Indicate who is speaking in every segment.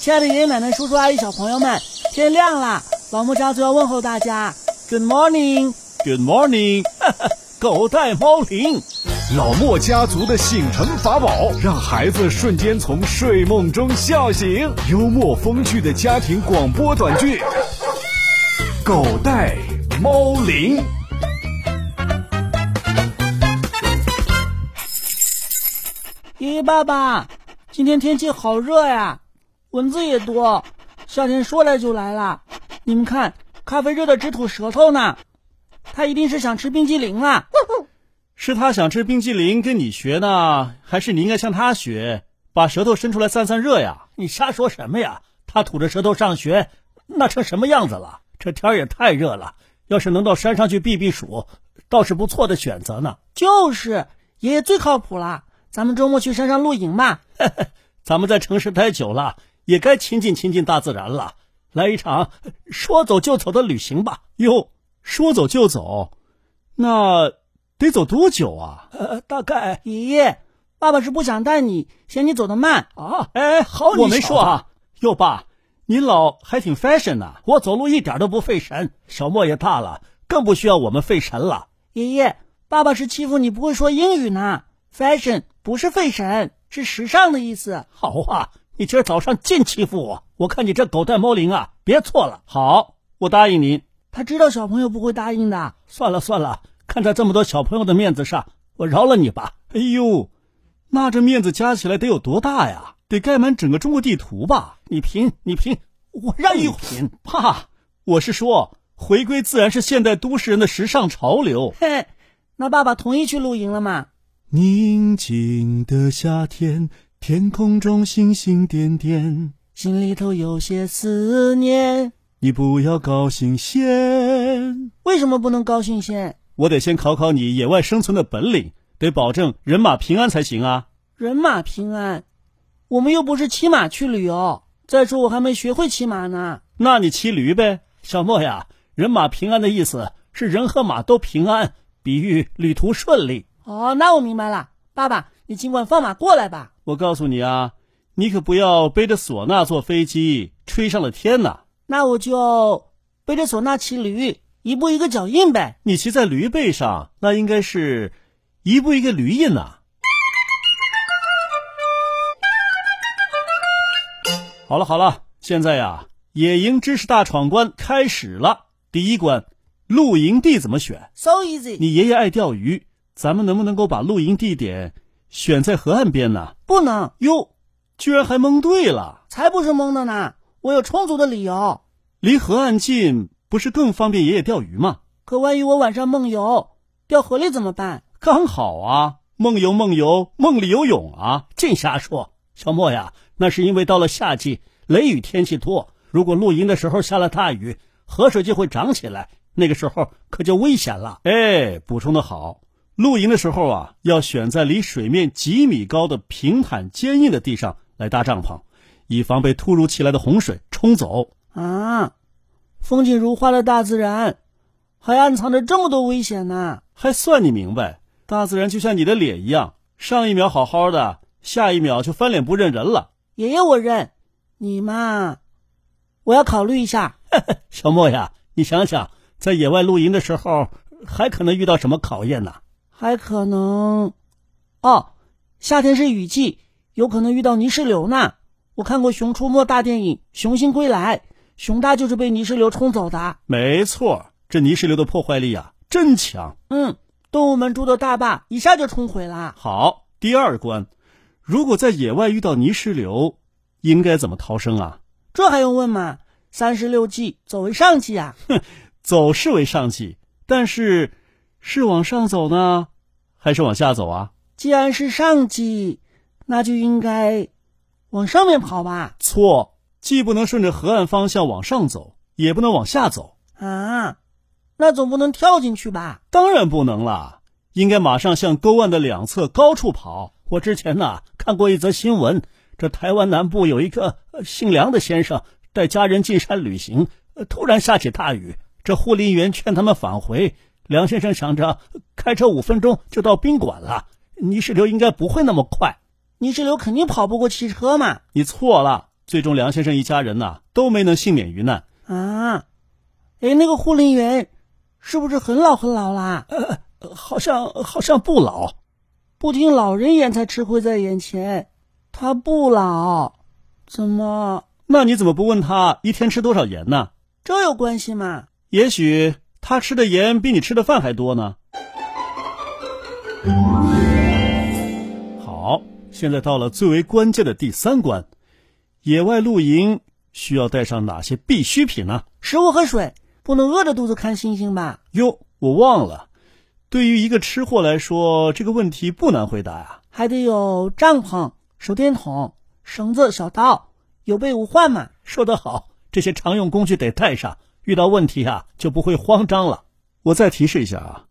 Speaker 1: 亲爱的爷爷奶奶、叔叔阿姨、小朋友们，天亮啦！老木章就要问候大家，Good morning，Good
Speaker 2: morning，狗带猫铃。
Speaker 3: 老莫家族的醒神法宝，让孩子瞬间从睡梦中笑醒。幽默风趣的家庭广播短剧，《狗带猫铃》。
Speaker 1: 爷爷、爸爸，今天天气好热呀，蚊子也多，夏天说来就来了。你们看，咖啡热的直吐舌头呢，他一定是想吃冰激凌啦。
Speaker 2: 是他想吃冰激凌跟你学呢，还是你应该向他学，把舌头伸出来散散热呀？你瞎说什么呀？他吐着舌头上学，那成什么样子了？这天儿也太热了，要是能到山上去避避暑，倒是不错的选择呢。
Speaker 1: 就是爷爷最靠谱啦，咱们周末去山上露营吧。
Speaker 2: 咱们在城市待久了，也该亲近亲近大自然了，来一场说走就走的旅行吧。哟，说走就走，那得走多久啊？
Speaker 1: 呃，大概爷爷，爸爸是不想带你，嫌你走得慢。
Speaker 2: 啊，哎，好，
Speaker 1: 你
Speaker 2: 我没
Speaker 1: 小
Speaker 2: 说啊。哟爸，你老还挺 fashion 呐、我走路一点都不费神。小莫也大了，更不需要我们费神了。
Speaker 1: 爷爷，爸爸是欺负你不会说英语呢。Fashion 不是费神，是时尚的意思。
Speaker 2: 好啊，你今儿早上尽欺负我，我看你这狗带猫铃啊，别错了。好，我答应您。
Speaker 1: 他知道小朋友不会答应的。
Speaker 2: 算了算了，看在这么多小朋友的面子上，我饶了你吧。哎呦，那这面子加起来得有多大呀？得盖满整个中国地图吧？你贫，你贫，我让
Speaker 1: 哎
Speaker 2: 你贫，怕？我是说，回归自然是现代都市人的时尚潮流。
Speaker 1: 嘿，那爸爸同意去露营了吗？
Speaker 2: 宁静的夏天，天空中星星点点，
Speaker 1: 心里头有些思念，
Speaker 2: 你不要高兴先。
Speaker 1: 为什么不能高兴先？
Speaker 2: 我得先考考你野外生存的本领，得保证人马平安才行啊。
Speaker 1: 人马平安，我们又不是骑马去旅游。再说我还没学会骑马呢。
Speaker 2: 那你骑驴呗，小莫呀。人马平安的意思是人和马都平安，比喻旅途顺利。
Speaker 1: 哦，那我明白了。爸爸，你尽管放马过来吧。
Speaker 2: 我告诉你啊，你可不要背着唢呐坐飞机，吹上了天呐。
Speaker 1: 那我就背着唢呐骑驴，一步一个脚印呗。
Speaker 2: 你骑在驴背上，那应该是一步一个驴印呐、好了好了，现在呀，野营知识大闯关开始了。第一关，露营地怎么选？
Speaker 1: So easy。
Speaker 2: 你爷爷爱钓鱼，咱们能不能够把露营地点选在河岸边呢？
Speaker 1: 不能，
Speaker 2: 哟，居然还蒙对了，
Speaker 1: 才不是蒙的呢！我有充足的理由。
Speaker 2: 离河岸近不是更方便爷爷钓鱼吗？
Speaker 1: 可万一我晚上梦游掉河里怎么办？
Speaker 2: 刚好啊，梦游梦游，梦里游泳啊，净瞎说。小莫呀，那是因为到了夏季，雷雨天气多，如果露营的时候下了大雨，河水就会涨起来，那个时候可就危险了。哎，补充的好，露营的时候啊，要选在离水面几米高的平坦坚硬的地上来搭帐篷，以防被突如其来的洪水冲走。
Speaker 1: 啊，风景如画的大自然，还暗藏着这么多危险呢！
Speaker 2: 还算你明白，大自然就像你的脸一样，上一秒好好的，下一秒就翻脸不认人了。
Speaker 1: 爷爷，我认，你嘛，我要考虑一下。
Speaker 2: 小莫呀，你想想，在野外露营的时候，还可能遇到什么考验呢？
Speaker 1: 还可能，哦，夏天是雨季，有可能遇到泥石流呢。我看过《熊出没》大电影《熊星归来》，熊大就是被泥石流冲走的。啊
Speaker 2: 没错，这泥石流的破坏力啊，真强。
Speaker 1: 嗯，动物们住的大坝一下就冲毁了。啊
Speaker 2: 好，第二关，如果在野外遇到泥石流，应该怎么逃生啊？
Speaker 1: 这还用问吗？三十六计，走为上计啊！
Speaker 2: 走是为上计，但是是往上走呢，还是往下走啊？
Speaker 1: 既然是上计，那就应该往上面跑吧？
Speaker 2: 错，既不能顺着河岸方向往上走，也不能往下走。
Speaker 1: 啊，那总不能跳进去吧？
Speaker 2: 当然不能啦，应该马上向沟岸的两侧高处跑。我之前呐、看过一则新闻，这台湾南部有一个呃姓梁的先生带家人进山旅行，呃突然下起大雨，这护林员劝他们返回。梁先生想着呃开车五分钟就到宾馆了，泥石流应该不会那么快。
Speaker 1: 泥石流肯定跑不过汽车嘛！
Speaker 2: 你错了，最终，梁先生一家人呐、都没能幸免于难。
Speaker 1: 啊，哎，那个护林员是不是很老很老啦？
Speaker 2: 呃好像好像不老，
Speaker 1: 不听老人言，才吃亏在眼前。他不老，怎么
Speaker 2: 那你怎么不问他一天吃多少盐呢？
Speaker 1: 这有关系嘛？
Speaker 2: 也许他吃的盐比你吃的饭还多呢。好，现在到了最为关键的第三关，野外露营需要带上哪些必需品呢？
Speaker 1: 食物和水，不能饿着肚子看星星吧？
Speaker 2: 哟，我忘了，对于一个吃货来说，这个问题不难回答呀、
Speaker 1: 还得有帐篷、手电筒、绳子、小刀，有备无患嘛。
Speaker 2: 说得好，这些常用工具得带上，遇到问题啊就不会慌张了。我再提示一下啊，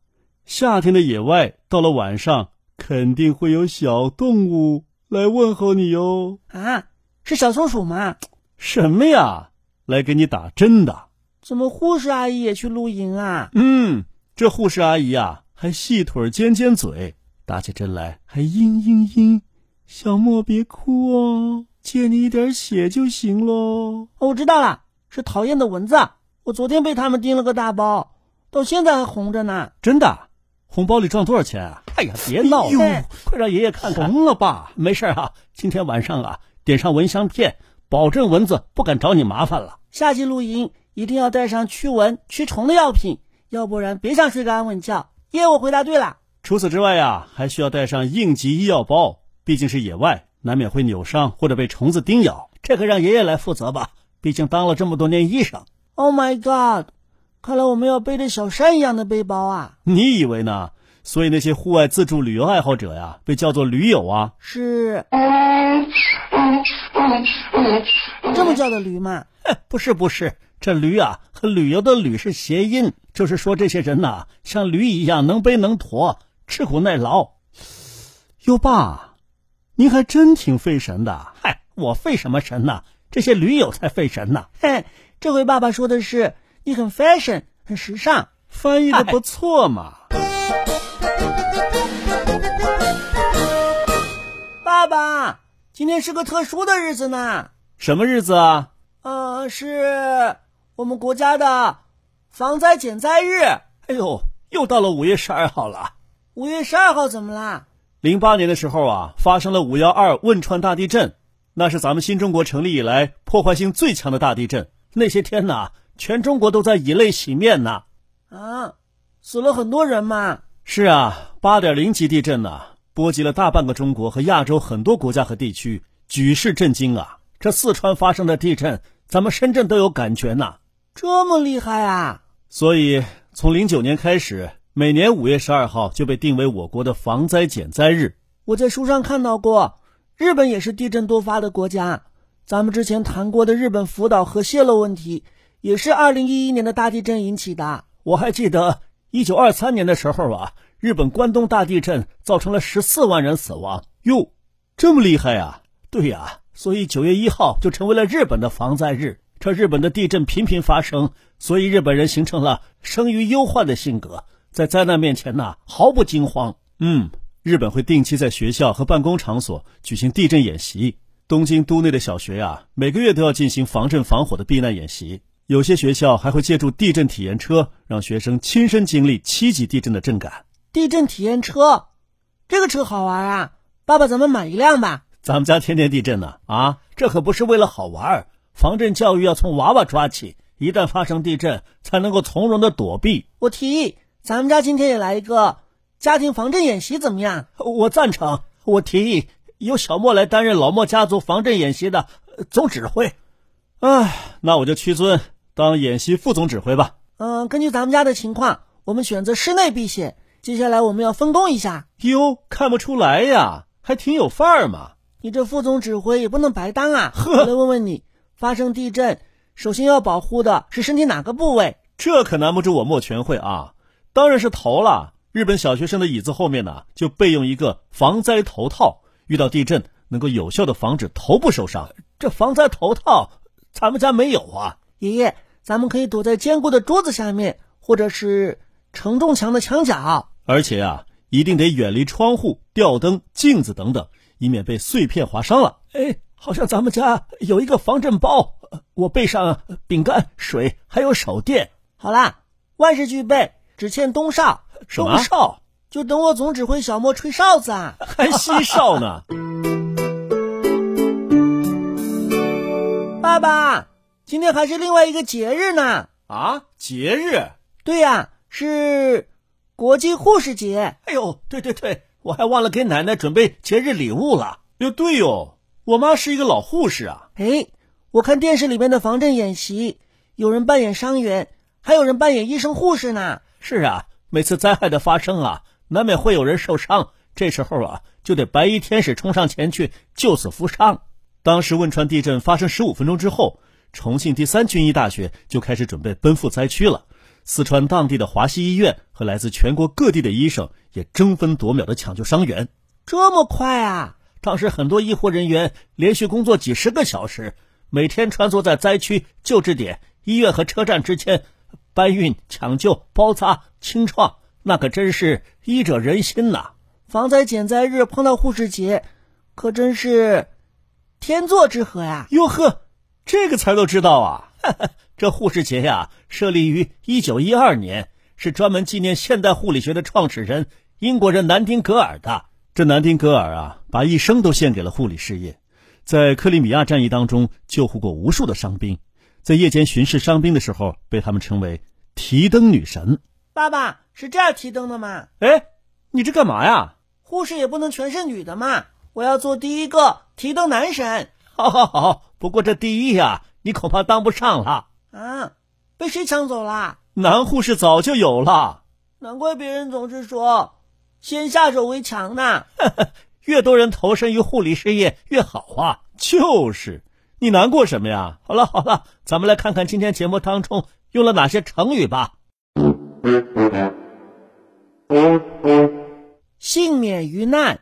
Speaker 2: 夏天的野外到了晚上肯定会有小动物来问候你哟。
Speaker 1: 啊，是小松鼠吗？
Speaker 2: 什么呀？来给你打针的。
Speaker 1: 怎么护士阿姨也去露营啊？
Speaker 2: 嗯，这护士阿姨啊，还细腿尖尖嘴，打起针来还嘤嘤嘤。小莫别哭哦，借你一点血就行喽。
Speaker 1: 哦我知道了，是讨厌的蚊子。我昨天被他们叮了个大包，到现在还红着呢。
Speaker 2: 真的？红包里装多少钱啊？哎呀，别闹
Speaker 1: 哎呦
Speaker 2: 了，快让爷爷看看。红了吧？没事儿啊，今天晚上啊，点上蚊香片，保证蚊子不敢找你麻烦了。
Speaker 1: 夏季露营一定要带上驱蚊、驱虫的药品，要不然别想睡个安稳觉。耶，我回答对了。
Speaker 2: 除此之外呀、还需要带上应急医药包，毕竟是野外，难免会扭伤或者被虫子叮咬，这个让爷爷来负责吧，毕竟当了这么多年医生。
Speaker 1: Oh my god！看来我们要背着小山一样的背包啊，
Speaker 2: 你以为呢？所以那些户外自助旅游爱好者呀，被叫做驴友啊。
Speaker 1: 是这么叫的 驴吗？
Speaker 2: 哎，不是不是，这驴啊和旅游的旅是谐音，就是说这些人呐、像驴一样能背能驮，吃苦耐劳。哟爸，您还真挺费神的。嗨，我费什么神呐？这些驴友才费神呐。
Speaker 1: 嘿，这回爸爸说的是你很 fashion，很时尚。
Speaker 2: 翻译的不错嘛。
Speaker 1: 爸爸，今天是个特殊的日子呢，
Speaker 2: 什么日子啊？
Speaker 1: 呃，是我们国家的防灾减灾日，
Speaker 2: 哎呦，又到了五月十二号了。
Speaker 1: 五月十二号，怎么啦？
Speaker 2: 零八年的时候啊，发生了五幺二汶川大地震，那是咱们新中国成立以来破坏性最强的大地震。那些天呐，全中国都在以泪洗面呐。
Speaker 1: 啊，死了很多人嘛。
Speaker 2: 是啊，八点零级地震呐、波及了大半个中国和亚洲很多国家和地区，举世震惊啊！这四川发生的地震，咱们深圳都有感觉呐、
Speaker 1: 这么厉害啊！
Speaker 2: 所以，从零九年开始，每年五月十二号就被定为我国的防灾减灾日。
Speaker 1: 我在书上看到过，日本也是地震多发的国家。咱们之前谈过的日本福岛核泄漏问题，也是二零一一年的大地震引起的。
Speaker 2: 我还记得一九二三年的时候啊，日本关东大地震造成了十四万人死亡。哟，这么厉害啊！对呀、所以九月一号就成为了日本的防灾日。这日本的地震频频发生，所以日本人形成了生于忧患的性格，在灾难面前呐、毫不惊慌。嗯，日本会定期在学校和办公场所举行地震演习。东京都内的小学啊，每个月都要进行防震防火的避难演习。有些学校还会借助地震体验车，让学生亲身经历七级地震的震感。
Speaker 1: 地震体验车，这个车好玩啊！爸爸，咱们买一辆吧。
Speaker 2: 咱们家天天地震呢、啊，这可不是为了好玩儿。防震教育要从娃娃抓起，一旦发生地震，才能够从容的躲避。
Speaker 1: 我提议，咱们家今天也来一个家庭防震演习，怎么样？
Speaker 2: 我赞成，我提议由小莫来担任老莫家族防震演习的呃总指挥。唉，那我就屈尊当演习副总指挥吧。
Speaker 1: 嗯，根据咱们家的情况，我们选择室内避险。接下来我们要分工一下，
Speaker 2: 哟，看不出来呀，还挺有范儿嘛。
Speaker 1: 你这副总指挥也不能白当啊！我来问问你，发生地震，首先要保护的是身体哪个部位？
Speaker 2: 这可难不住我莫全会啊！当然是头了。日本小学生的椅子后面呢，就备用一个防灾头套，遇到地震能够有效的防止头部受伤。这防灾头套，咱们家没有啊。
Speaker 1: 爷爷，咱们可以躲在坚固的桌子下面，或者是承重墙的墙角。
Speaker 2: 而且啊，一定得远离窗户、吊灯、镜子等等，以免被碎片划伤了。哎，好像咱们家有一个防震包，我备上饼干、水，还有手电。
Speaker 1: 好啦，万事俱备，只欠东哨。
Speaker 2: 什么
Speaker 1: 东哨？就等我总指挥小莫吹哨子啊！
Speaker 2: 还嬉哨呢？
Speaker 1: 爸爸，今天还是另外一个节日呢。
Speaker 2: 啊，节日？
Speaker 1: 对呀、是国际护士节。
Speaker 2: 哎呦，对对对，我还忘了给奶奶准备节日礼物了。哟，对哟，我妈是一个老护士啊。
Speaker 1: 哎，我看电视里面的防震演习，有人扮演伤员，还有人扮演医生护士呢。
Speaker 2: 是啊，每次灾害的发生啊，难免会有人受伤，这时候啊，就得白衣天使冲上前去救死扶伤。当时汶川地震发生十五分钟之后，重庆第三军医大学就开始准备奔赴灾区了。四川当地的华西医院和来自全国各地的医生也争分夺秒地抢救伤员。
Speaker 1: 这么快啊！
Speaker 2: 当时很多医护人员连续工作几十个小时，每天穿梭在灾区、救治点、医院和车站之间，搬运、抢救、包扎、清创，那可真是医者仁心呐！
Speaker 1: 防灾减灾日碰到护士节，可真是天作之合呀！
Speaker 2: 哟呵，这个词儿都知道啊！这护士节呀，设立于一九一二年，是专门纪念现代护理学的创始人英国人南丁格尔的。这南丁格尔啊，把一生都献给了护理事业，在克里米亚战役当中救护过无数的伤兵，在夜间巡视伤兵的时候，被他们称为“提灯女神
Speaker 1: 爸爸是这样提灯的吗？”。
Speaker 2: 哎，你这干嘛呀？
Speaker 1: 护士也不能全是女的嘛！我要做第一个提灯男神
Speaker 2: 好好好，不过这第一呀、你恐怕当不上了。
Speaker 1: 啊！被谁抢走啦？
Speaker 2: 男护士早就有了，
Speaker 1: 难怪别人总是说“先下手为强”呢。
Speaker 2: 越多人投身于护理事业越好啊！就是，你难过什么呀？好了好了，咱们来看看今天节目当中用了哪些成语吧。
Speaker 1: 幸免于难。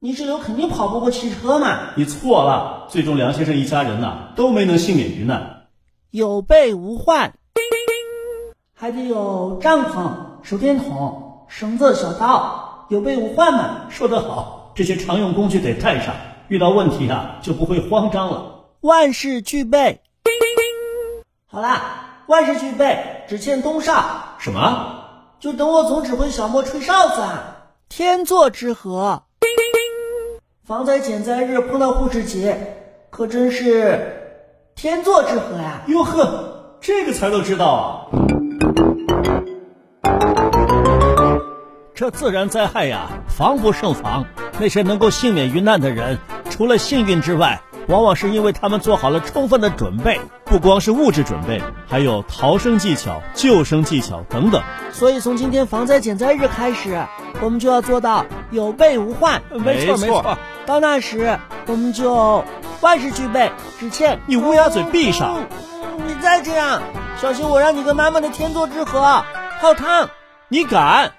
Speaker 1: 泥石流肯定跑不过汽车嘛，
Speaker 2: 你错了，最终梁先生一家人呐、都没能幸免于难。
Speaker 1: 有备无患。还得有帐篷、手电筒、绳子、小刀，有备无患嘛。
Speaker 2: 说得好，这些常用工具得带上，遇到问题啊就不会慌张了。
Speaker 1: 万事俱备。好啦，万事俱备，只欠东哨，
Speaker 2: 什么？
Speaker 1: 就等我总指挥小莫吹哨子啊！天作之合。防灾减灾日碰到护士节，可真是天作之合呀、
Speaker 2: 哟呵，这个才都知道啊！这自然灾害呀，防不胜防。那些能够幸免于难的人，除了幸运之外，往往是因为他们做好了充分的准备，不光是物质准备，还有逃生技巧、救生技巧等等。
Speaker 1: 所以从今天防灾减灾日开始，我们就要做到有备无患。
Speaker 2: 没错没错。
Speaker 1: 到那时，我们就万事俱备，只欠
Speaker 2: 你乌鸦嘴闭上！
Speaker 1: 你再这样，小心我让你跟妈妈的天作之合泡汤。
Speaker 2: 你敢？